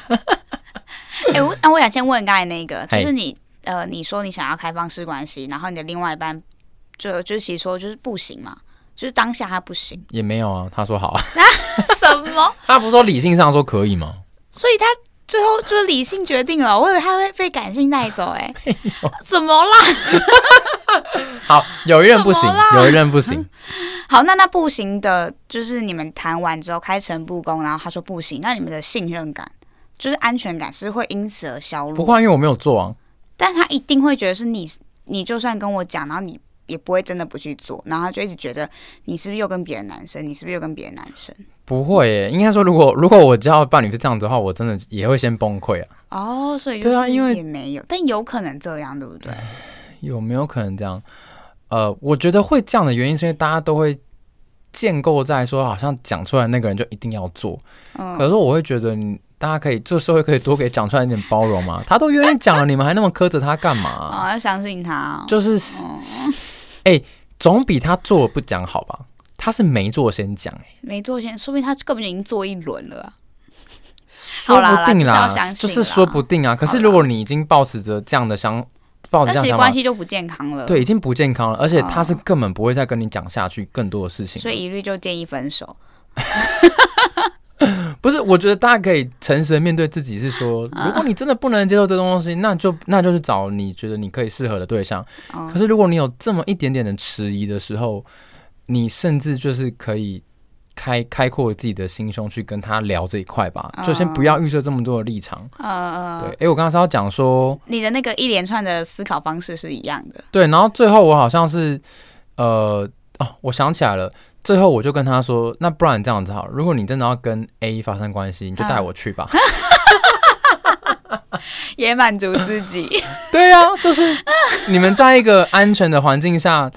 Speaker 2: 哎、我那我想先问刚才那个，就
Speaker 1: 嘿，
Speaker 2: 是你呃，你说你想要开放式关系，然后你的另外一半就就其实说就是不行嘛，就是当下他不行
Speaker 1: 也没有啊，他说好啊，
Speaker 2: 什么？
Speaker 1: 他不是说理性上说可以吗？
Speaker 2: 所以他最后就是理性决定了，我以为他会被感性带走、 哎，什么啦？
Speaker 1: 好，有一任不行
Speaker 2: 什么，啦
Speaker 1: 有一任不行，
Speaker 2: 好，那那不行的，就是你们谈完之后开诚布公，然后他说不行，那你们的信任感就是安全感是会因此而削
Speaker 1: 不
Speaker 2: 弱，
Speaker 1: 过因为我没有做啊，
Speaker 2: 但他一定会觉得是你，你就算跟我讲，然后你。也不会真的不去做，然后他就一直觉得你是不是又跟别的男生，你是不是又跟别的男生？
Speaker 1: 不会耶。应该说，如果如果我知道伴侣是这样子的话，我真的也会先崩溃啊。
Speaker 2: 哦，所以就
Speaker 1: 对啊
Speaker 2: 是
Speaker 1: 因为
Speaker 2: 也没有，但有可能这样，对不对？
Speaker 1: 有没有可能这样？呃，我觉得会这样的原因是因为大家都会建构在说，好像讲出来那个人就一定要做。可
Speaker 2: 嗯，
Speaker 1: 是我会觉得你，大家可以这社会可以多给讲出来一点包容嘛。他都愿意讲了，你们还那么苛责他干嘛、
Speaker 2: 哦，要相信他、哦，
Speaker 1: 就是，哎、总比他做了不讲好吧？他是没做先讲、欸，
Speaker 2: 没做先，说不定他根本就已经做一轮了啊、
Speaker 1: 说
Speaker 2: 好啦
Speaker 1: 不定
Speaker 2: 啦
Speaker 1: 啦
Speaker 2: 就是要相，信
Speaker 1: 就是
Speaker 2: 啦
Speaker 1: 说不定啊。可是如果你已经抱持着这样的想，抱着
Speaker 2: 但
Speaker 1: 哦这样
Speaker 2: 其
Speaker 1: 的
Speaker 2: 实
Speaker 1: 想法
Speaker 2: 关，系就不健康了。，
Speaker 1: 对，已经不健康了，而且他是根本不会再跟你讲下去更多的事情了。
Speaker 2: 所以一律就建议分手。
Speaker 1: 不是，我觉得大家可以诚实的面对自己，是 说，
Speaker 2: 嗯
Speaker 1: 如果你真的不能接受这东西，那就那就去找你觉得你可以适合的对象。
Speaker 2: 哦
Speaker 1: 可是如果你有这么一点点的迟疑的时候，你甚至就是可以开开阔自己的心胸去跟他聊这一块吧，
Speaker 2: 嗯
Speaker 1: 就先不要预设这么多的立场。对，
Speaker 2: 呃，
Speaker 1: 诶，我刚刚是要讲说，
Speaker 2: 你的那个一连串的思考方式是一样的。
Speaker 1: 对，然后最后我好像是，呃，哦，我想起来了。最后我就跟他说，那不然这样子好了，如果你真的要跟 A 发生关系，你就带
Speaker 2: 嗯
Speaker 1: 我 去吧。
Speaker 2: 也满足自己，
Speaker 1: 对啊，就是你们在一个安全的环境下，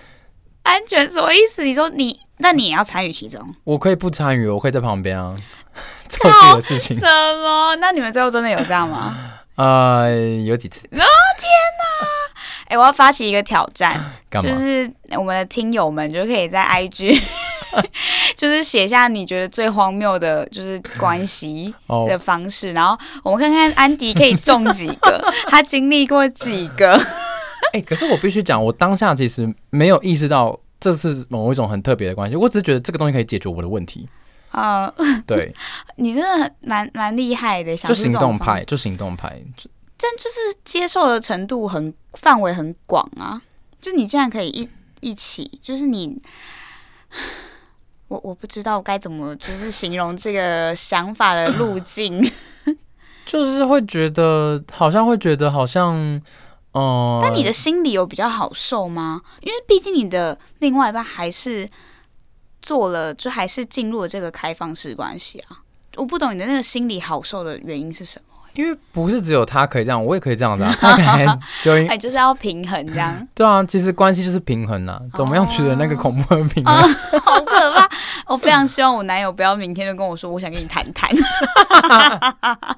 Speaker 2: 安全什么意思？你说你，那你也要参与 其中？
Speaker 1: 我可以不参与，我可以在旁边啊， 做自己的事
Speaker 2: 什
Speaker 1: 情。
Speaker 2: 么？那你们最后真的有这 样吗？
Speaker 1: 呃，有几次
Speaker 2: 哎、我要发起一个挑战，
Speaker 1: 干嘛？
Speaker 2: 就是我们的听友们就 可以在 IG，就是写下你觉得最荒谬的，就是关系
Speaker 1: 哦
Speaker 2: 的方式，然后我们看看安迪可以中几个， 他经历过几个。
Speaker 1: 哎、可是我必须讲，我当下其实没有意识到这是某一种很特别的关系，我只是觉得这个东西可以解决我的问题。
Speaker 2: 嗯，
Speaker 1: 对，
Speaker 2: 你真的很蛮蛮厉害的，想
Speaker 1: 就
Speaker 2: 出
Speaker 1: 行
Speaker 2: 这
Speaker 1: 动
Speaker 2: 种方
Speaker 1: 派，，就行动派，就
Speaker 2: 但就是接受的程度很范围很广啊，就你竟然可以一一起，就是你。我我不知道该怎么就是形容这个想法的路径，
Speaker 1: 就是会觉得好像会觉得好像，嗯、
Speaker 2: 但你的心里有比较好受吗？因为毕竟你的另外一半还是做了，就还是进入了这个开放式关系啊。我不懂你的那个心理好受的原因是什么欸、
Speaker 1: 因为不是只有他可以这样，我也可以这 样子啊。他可能就应
Speaker 2: 哎，就是要平衡这样，
Speaker 1: 对啊，其实关系就是平衡啊，
Speaker 2: 哦
Speaker 1: 怎么样取得那个恐怖的 平衡？
Speaker 2: 好可怕！我非常希望我男友不要明天就跟我说，我想跟你谈谈，好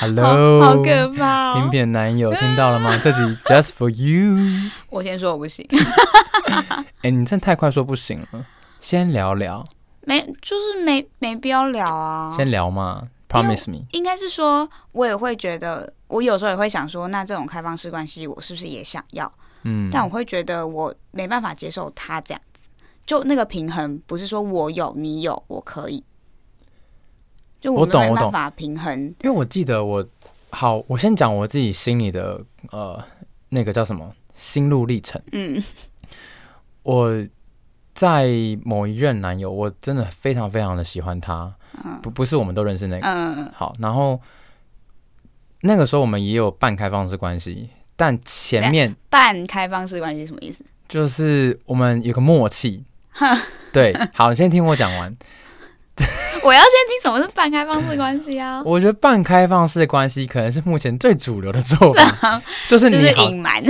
Speaker 1: Hello，
Speaker 2: 好可怕、
Speaker 1: 平
Speaker 2: 哦。
Speaker 1: 扁男友听到 了吗？这集 just for you。
Speaker 2: 我先说我不行，
Speaker 1: 哎、你真的太快说不行了，先聊聊，
Speaker 2: 没就是没没必要聊啊。
Speaker 1: 先聊嘛，promise me。
Speaker 2: 应该是说，我也会觉得，我有时候也会想说，那这种开放式关系，我是不是也想要？
Speaker 1: 嗯，
Speaker 2: 但我会觉得我没办法接受他这样子，就那个平衡不是说我有你有我可以，就
Speaker 1: 我
Speaker 2: 没
Speaker 1: 懂
Speaker 2: 有
Speaker 1: 我懂
Speaker 2: 办法平衡。
Speaker 1: 因为我记得我好，我先讲我自己心里的呃那个叫什么心路历程。
Speaker 2: 嗯
Speaker 1: 我在某一任男友，我真的非常非常的喜欢他，
Speaker 2: 嗯
Speaker 1: 不不是我们都认识那个。
Speaker 2: 嗯
Speaker 1: 好，然后那个时候我们也有半开放式关系，但前面
Speaker 2: 半开放式关系是什么意 思？
Speaker 1: 就是我们有个默契。对，好，你先听我讲 完。
Speaker 2: 我要先听什么是半开放式关系啊？
Speaker 1: 我觉得半开放式关系可能是目前最主流的做法，就是
Speaker 2: 就
Speaker 1: 你
Speaker 2: 是
Speaker 1: 好，
Speaker 2: 隐 瞒，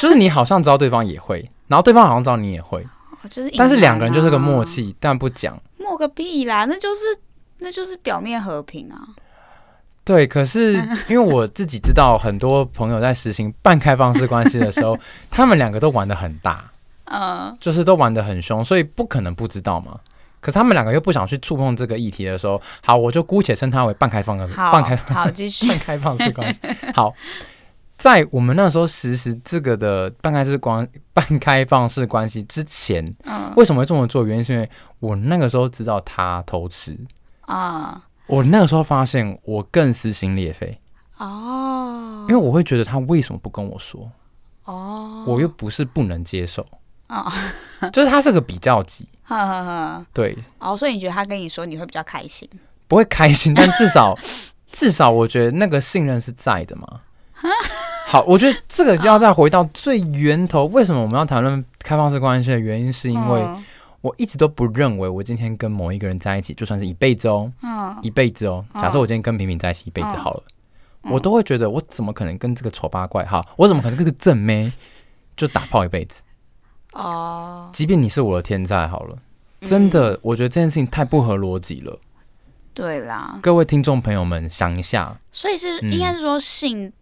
Speaker 1: 就是你好像知道对方也会，然后对方好像知道你也会，
Speaker 2: 就是隐瞒啊
Speaker 1: 但是两个人就是个默，契，但不讲。
Speaker 2: 默个屁啦，那就是那就是表面和平啊。
Speaker 1: 对，可 是因为我自己知道，很多朋友在实行半开放式关系的时 候，他们两个都玩的很大，
Speaker 2: 嗯
Speaker 1: 就是都玩的很凶，所以不可能不知道嘛。可是他们两个又不想去触碰这个议题的时候，好，我就姑且称它为半开放式
Speaker 2: 好
Speaker 1: 半开
Speaker 2: 好继续，
Speaker 1: 半开放式关 系。好，在我们那时候实施这个的半开式关半开放式关系之前，
Speaker 2: 嗯
Speaker 1: 为什么会这么做？原因是因为我那个时候知道他偷吃，
Speaker 2: 啊、
Speaker 1: 我那个时候发现我更撕心裂肺，
Speaker 2: 哦
Speaker 1: 因为
Speaker 2: 嗯
Speaker 1: 我会觉得他为什么不跟我说？
Speaker 2: 哦，
Speaker 1: 我又不是不能接受，
Speaker 2: 哦，
Speaker 1: 就是他是个比较级，
Speaker 2: 呵呵呵，
Speaker 1: 对，
Speaker 2: 哦，所以你觉得他跟你说你会比较开心？
Speaker 1: 不会开心，但至 少至少我觉得那个信任是在的嘛。好，我觉得这 个就要再回到最源头，为什么我们要谈论开放式关系的原因，是因为
Speaker 2: 嗯
Speaker 1: 我一直都不认为我今天跟某一个人在一起，就算是一辈子哦，
Speaker 2: 嗯嗯
Speaker 1: 一辈子哦。假设我今天跟平平在一起一辈子好了，我都会觉得我怎么可能跟这个丑八怪哈，我怎么可能跟这个正妹就打炮一辈子？
Speaker 2: 哦，嗯
Speaker 1: 即便你是我的天才好了，真的，我觉得这件事情太不合逻辑了。
Speaker 2: 对啦，
Speaker 1: 各位听众朋友们，想一下，
Speaker 2: 所以是
Speaker 1: 嗯
Speaker 2: 应该是说性，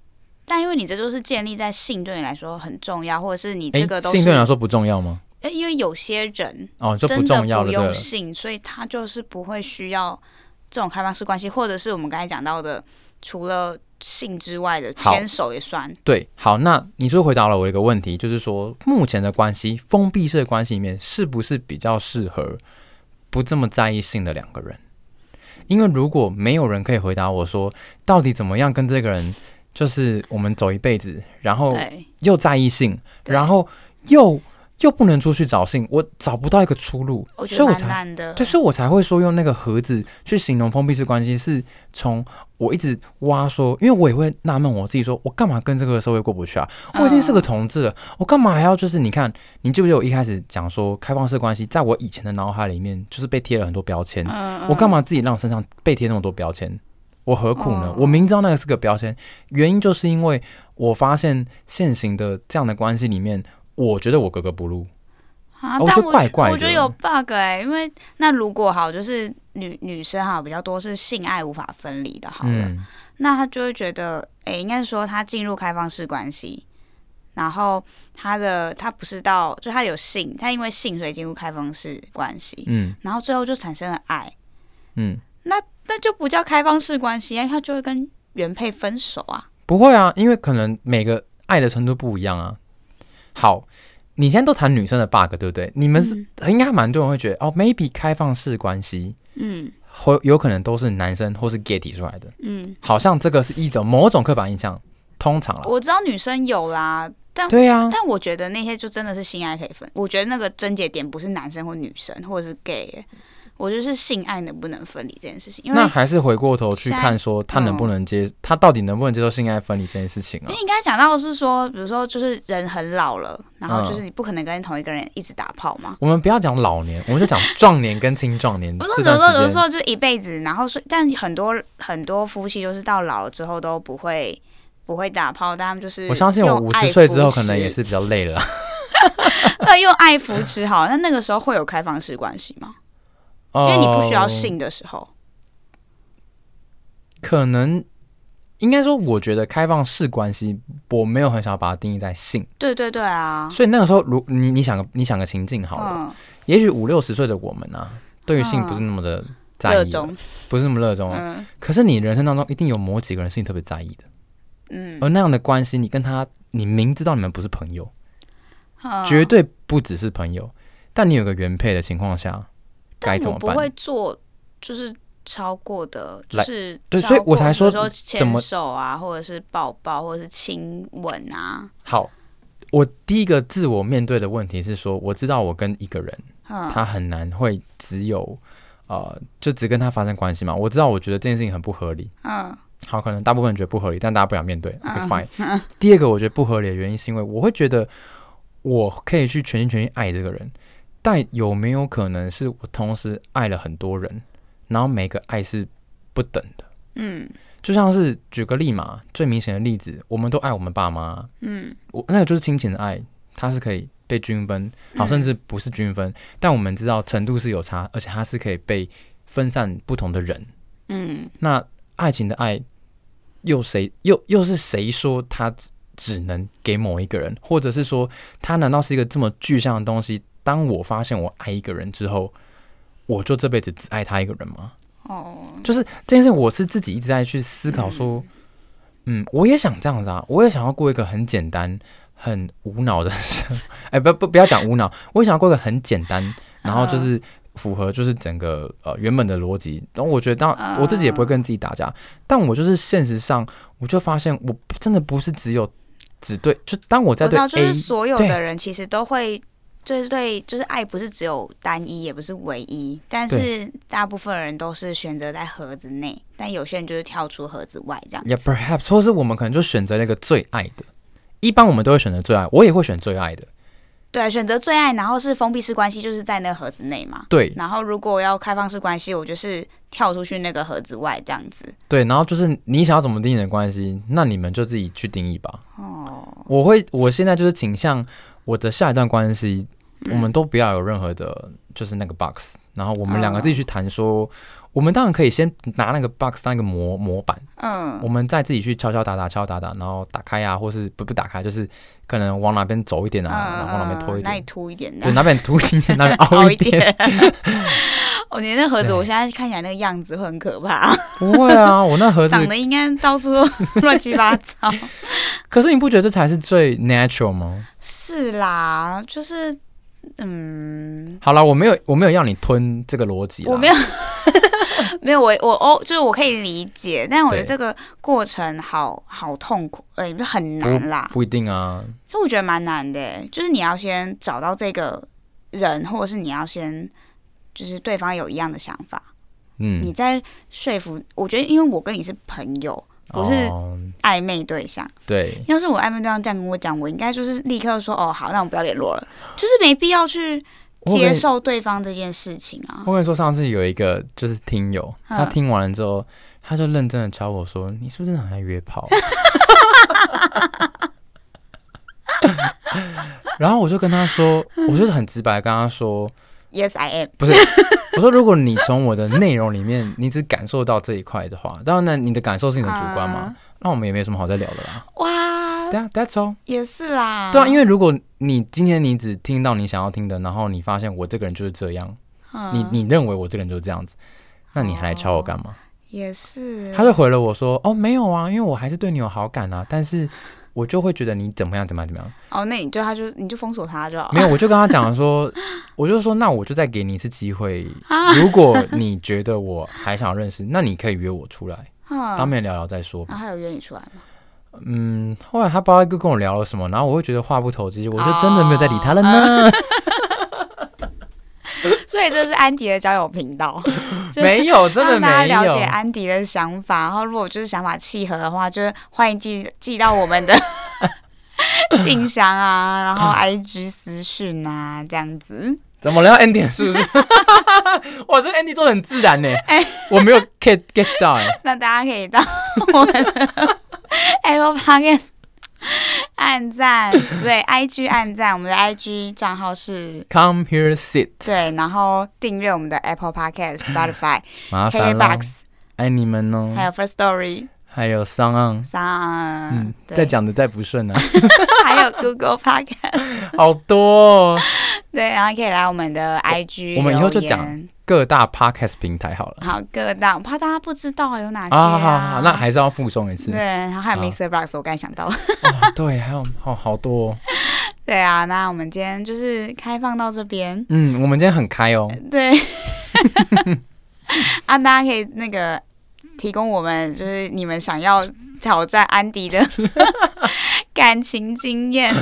Speaker 2: 但因为你这就是建立在性对你来说很重要，或者是你
Speaker 1: 哎、
Speaker 2: 这个都
Speaker 1: 性
Speaker 2: 是
Speaker 1: 对你来说不重要吗？
Speaker 2: 呃因为有些人
Speaker 1: 哦，就
Speaker 2: 真的
Speaker 1: 重要了，对
Speaker 2: 用
Speaker 1: 了，
Speaker 2: 性，所以他就是不会需要这种开放式关系，或者是我们刚才讲到的，除了性之外的
Speaker 1: 好
Speaker 2: 牵手也算。
Speaker 1: 对，好，那你是不是回答了我一个问题，就是说目前的关系，封闭式的关系里面，是不是比较适合不这么在意性的两个人？因为如果没有人可以回答我说，到底怎么样跟这个人，就是我们走一辈子，然后
Speaker 2: 对，
Speaker 1: 又在意性，
Speaker 2: 对
Speaker 1: 然后又又不能出去找性，我找不到一个出路，
Speaker 2: 我觉
Speaker 1: 所
Speaker 2: 得
Speaker 1: 以我才
Speaker 2: 蛮难的。
Speaker 1: 对，所以我才会说用那个盒子去形容封闭式关系，是从我一直挖说，因为我也会纳闷我自己说，我干嘛跟这个社会过不去啊？
Speaker 2: 嗯
Speaker 1: 我已经是个同志了，我干嘛还要就是你看，你记不记得我一开始讲说开放式关系，在我以前的脑海里面就是被贴了很多标签，
Speaker 2: 嗯，
Speaker 1: 我干
Speaker 2: 嘛？
Speaker 1: 嘛自己让身上被贴那么多标签？我何苦呢
Speaker 2: 哦？
Speaker 1: 我明知道那个是个标签，原因就是因为我发现现行的这样的关系里面，我觉得我格格不入。
Speaker 2: 啊，
Speaker 1: 我
Speaker 2: 但
Speaker 1: 觉得
Speaker 2: 我
Speaker 1: 怪
Speaker 2: 觉
Speaker 1: 怪
Speaker 2: 我觉得
Speaker 1: 的
Speaker 2: 有 bug 哎、因为那如果好，就是女女生哈比较多是性爱无法分离的，好了，
Speaker 1: 嗯，
Speaker 2: 那她就会觉得，哎、应该是说她进入开放式关系，然后她的她不是到，就她有性，她因为性所以进入开放式关系，
Speaker 1: 嗯
Speaker 2: 然后最后就产生了爱，
Speaker 1: 嗯，
Speaker 2: 那就不叫开放式关系啊，因为她就会跟原配分手啊。
Speaker 1: 不会啊，因为可能每个爱的程度不一样啊。好，你现在都谈女生的 bug 对不对？你们是、应该蛮多人会觉得哦，maybe 开放式关系，
Speaker 2: 嗯
Speaker 1: 或有可能都是男生或是 gay 提出来的，
Speaker 2: 嗯，
Speaker 1: 好像这个是一种某种刻板印象，通常啦。
Speaker 2: 我知道女生有啦，但
Speaker 1: 对啊，
Speaker 2: 但我觉得那些就真的是性爱可以分，我觉得那个症结点不是男生或女生，或者是 gay，欸我就是性爱能不能分离这件事情，因为
Speaker 1: 那还是回过头去
Speaker 2: 现在嗯
Speaker 1: 看，说他能不能接，他到底能不能接受性爱分离这件事情
Speaker 2: 因
Speaker 1: 啊
Speaker 2: 为？你刚才讲到的是说，比如说就是人很老了，然后就是你不可能跟同一个人一直打炮嘛。
Speaker 1: 我们不要讲老年，我们就讲壮年跟青壮年
Speaker 2: 我说
Speaker 1: 嗯这
Speaker 2: 有时候有
Speaker 1: 段
Speaker 2: 的
Speaker 1: 时
Speaker 2: 时
Speaker 1: 间。
Speaker 2: 候就是一辈子，然后所以但很多很多夫妻就是到老了之后都不会不会打炮，但他们就是
Speaker 1: 我相信我
Speaker 2: 用
Speaker 1: 五
Speaker 2: 爱
Speaker 1: 十岁
Speaker 2: 扶
Speaker 1: 之后可能
Speaker 2: 持
Speaker 1: 也是比较累了啊。
Speaker 2: 对用爱扶持好。那那个时候会有开放式关系吗？因为你
Speaker 1: 哦
Speaker 2: 不需要性的时候，
Speaker 1: 可能应该说，我觉得开放式关系，我没有很想要把它定义在性，
Speaker 2: 对对对啊，
Speaker 1: 所以那个时候，如你你想个你想个情境好了，
Speaker 2: 嗯，
Speaker 1: 也许五六十岁的我们啊，对于性
Speaker 2: 嗯
Speaker 1: 不是那么的在
Speaker 2: 热
Speaker 1: 意的，
Speaker 2: 衷，
Speaker 1: 不是那么热衷啊。
Speaker 2: 嗯
Speaker 1: 可是你人生当中一定有某几个人是你特别在意的，
Speaker 2: 嗯
Speaker 1: 而那样的关系，你跟他，你明知道你们不是朋友，
Speaker 2: 嗯，
Speaker 1: 绝对不只是朋友，但你有个原配的情况下，该
Speaker 2: 但
Speaker 1: 怎
Speaker 2: 我
Speaker 1: 么
Speaker 2: 不
Speaker 1: 办？
Speaker 2: 会做，就是超过的，就
Speaker 1: 来
Speaker 2: 是
Speaker 1: 对
Speaker 2: 超
Speaker 1: 所以我
Speaker 2: 过
Speaker 1: 才
Speaker 2: 比
Speaker 1: 说
Speaker 2: 如说
Speaker 1: 怎么
Speaker 2: 牵手啊，或者是抱抱，或者是亲吻啊，
Speaker 1: 好，我第一个自我面对的问题是说，我知道我跟一个人，
Speaker 2: 嗯，
Speaker 1: 他很难会只有呃，就只跟他发生关系嘛。我知道，我觉得这件事情很不合理。
Speaker 2: 嗯
Speaker 1: 好，可能大部分人觉得不合理，但大家不想面对。OK fine。第二个我觉得不合理的原因是因为我会觉得我可以去全心全意爱这个人，但有没有可能是我同时爱了很多人，然后每个爱是不等的？
Speaker 2: 嗯
Speaker 1: 就像是举个例嘛，最明显的例子，我们都爱我们爸妈啊，
Speaker 2: 嗯
Speaker 1: 我那个就是亲情的爱，它是可以被均分，好，
Speaker 2: 嗯
Speaker 1: 甚至不是均分，但我们知道程度是有差，而且它是可以被分散不同的人。
Speaker 2: 嗯，
Speaker 1: 那爱情的爱，又谁又又是谁说它只只能给某一个人，或者是说它难道是一个这么具象的东西？当我发现我爱一个人之后，我就这辈子只爱他一个人吗？
Speaker 2: 哦，
Speaker 1: 就是这件事，我是自己一直在去思考说，嗯我也想这样子啊，我也想要过一个很简单、很无脑的生活。 哎、不不不要讲无脑，我也想要过一个很简单，然后
Speaker 2: 啊
Speaker 1: 就是符合就是整个呃原本的逻辑。然后我觉得当，
Speaker 2: 啊
Speaker 1: 我自己也不会跟自己打架，但我就是现实上，我就发现我不真的不是只有只对，就当我在
Speaker 2: 我知
Speaker 1: 对
Speaker 2: 道，就
Speaker 1: A
Speaker 2: 是所有
Speaker 1: 对
Speaker 2: 的人其实都会。就是对，就是爱不是只有单一，也不是唯一，但是大部分人都是选择在盒子内，但有些人就是跳出盒子外这样
Speaker 1: 也
Speaker 2: 子。
Speaker 1: perhaps，或是我们可能就选择了一个最爱的。一般我们都会选择最爱，我也会选最爱的。
Speaker 2: 对，啊选择最爱，然后是封闭式关系，就是在那个盒子内嘛。
Speaker 1: 对，
Speaker 2: 然后如果要开放式关系，我就是跳出去那个盒子外这样子。
Speaker 1: 对，然后就是你想要怎么定义你的关系，那你们就自己去定义吧。
Speaker 2: 哦，
Speaker 1: 我会，我现在就是倾向我的下一段关系，
Speaker 2: 嗯
Speaker 1: 我们都不要有任何的，就是那个 box，然后我们两个自
Speaker 2: 哦
Speaker 1: 己去谈说，我们当然可以先拿那个 box 当一个模模板，
Speaker 2: 嗯
Speaker 1: 我们再自己去敲敲打打敲打打，然后打开啊，或是不不打开，就是可能往哪边走一点
Speaker 2: 嗯，
Speaker 1: 啊，然后往哪边拖一
Speaker 2: 那里
Speaker 1: 点，
Speaker 2: 凸一点
Speaker 1: 对，
Speaker 2: 的，
Speaker 1: 哪边凸一点， 哪边凹一点，。
Speaker 2: 哦，你那盒子
Speaker 1: 对
Speaker 2: 我现在看起来那个样子会很可怕，
Speaker 1: 不会啊，我那盒子
Speaker 2: 长得应该到处都 乱七八糟。
Speaker 1: 可是你不觉得这才是最 natural 吗？
Speaker 2: 是啦，就是嗯，
Speaker 1: 好了，我没有我没有要你吞这个逻辑啦，
Speaker 2: 我没有 没有我我哦，就是我可以理解，但我觉得
Speaker 1: 对
Speaker 2: 这个过程好好痛苦，呃，也不是很难啦。
Speaker 1: 不一定啊，
Speaker 2: 所以我觉得蛮难的欸，就是你要先找到这个人，或者是你要先就是对方有一样的想法，你
Speaker 1: 嗯，
Speaker 2: 在说服。我觉得，因为我跟你是朋友，不是
Speaker 1: 哦、
Speaker 2: 暧昧对象。
Speaker 1: 对，
Speaker 2: 要是我暧昧对象这样跟我讲，我应该就是立刻说哦好，那我们不要联络了，就是没必要去
Speaker 1: 我跟
Speaker 2: 接
Speaker 1: 你。
Speaker 2: 受对方这件事情啊
Speaker 1: 我。跟你说，上次有一个就是听友，
Speaker 2: 嗯
Speaker 1: 他听完了之后，他就认真的敲我说：“你是不是真的很爱约炮？” 然后我就跟他说，我就是很直白地跟他说，
Speaker 2: Yes, I am。
Speaker 1: 不是，我说如果你从我的内容里面，你只感受到这一块的话，当然呢，你的感受是你的主观
Speaker 2: 嗯
Speaker 1: 嘛，那我们也没有什么好再聊的啦。
Speaker 2: 哇，
Speaker 1: 对啊，That's all。
Speaker 2: 也是啦。
Speaker 1: 对啊，因为如果你今天你只听到你想要听的，然后你发现我这个人就是这样，
Speaker 2: 嗯
Speaker 1: 你你认为我这个人就是这样子，那你还来敲我干嘛？
Speaker 2: 也是，
Speaker 1: 他就回了我说：“哦，没有啊，因为我还是对你有好感啊，但是我就会觉得你怎么样怎么样怎么样。
Speaker 2: 哦，那你就他就你就封锁他就好。
Speaker 1: 没有，我就跟他讲说， 我就说那我就再给你一次机 会，
Speaker 2: 啊
Speaker 1: 如果你觉得我还想认识，那你可以约我出来，
Speaker 2: 嗯
Speaker 1: 当面聊聊再说吧。
Speaker 2: 然后他有约你出来吗？
Speaker 1: 嗯，后来他不知道跟我聊了什么，然
Speaker 2: 啊
Speaker 1: 后我会觉得话不投机，我就真的没有再理他了呢。
Speaker 2: 所以这是安迪的交友频道， 就是
Speaker 1: 没有，真的
Speaker 2: 让 大
Speaker 1: 没
Speaker 2: 家了
Speaker 1: 有
Speaker 2: 解。安迪的想法。然后如果就是想法契合的话，就是欢迎寄寄到我 们的信箱啊，然后 IG 私讯啊，这样子。
Speaker 1: 怎么了要 ending 是不 是？哇，这个 ending 做的很自然呢、
Speaker 2: 哎
Speaker 1: 我没有 get get 到哎、
Speaker 2: 那大家可以到我们的 Apple Podcast 按赞，对 IG 按赞，我们的 IG 账号是
Speaker 1: Come here sit，
Speaker 2: 对，然后订阅我们的 Apple Podcast、Spotify、
Speaker 1: 麻烦咯
Speaker 2: KKBox，
Speaker 1: 爱你们哦。
Speaker 2: 还有 First Story
Speaker 1: 还有 s o n g
Speaker 2: 上，
Speaker 1: 嗯，
Speaker 2: 对
Speaker 1: 再讲的再不顺啊，
Speaker 2: 还有 Google Podcast，
Speaker 1: 好多、哦、
Speaker 2: 对，然后可以来我们的 IG，
Speaker 1: 我们以后就
Speaker 2: 留言
Speaker 1: 讲各大 podcast 平台好了。
Speaker 2: 好各大，我怕大家不知道有哪些啊
Speaker 1: 啊好好好，那还是要附送一次
Speaker 2: 对，。然后还有
Speaker 1: 好
Speaker 2: Mixer Box，我刚才想到了，
Speaker 1: 哦，对，还有好好多、哦。
Speaker 2: 对啊，那我们今天就是开放到这边，
Speaker 1: 嗯，我们今天很开哦。
Speaker 2: 对，啊，大家可以那个提供我们就是你们想要挑战安迪的感情经验，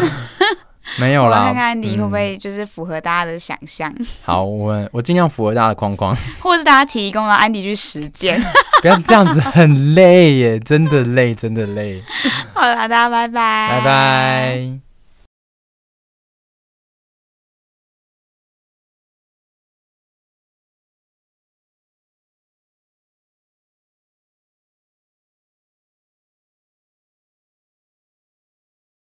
Speaker 1: 没有
Speaker 2: 我
Speaker 1: 啦，
Speaker 2: 看看安迪会
Speaker 1: 嗯
Speaker 2: 不会就是符合大家的想象，
Speaker 1: 好？我们我尽量符合大家的框 框，
Speaker 2: 或者是大家提供了安迪去实践。
Speaker 1: 不要这样子， 很累耶，真的累，真的累。
Speaker 2: 好啦，大家拜拜，
Speaker 1: 拜拜。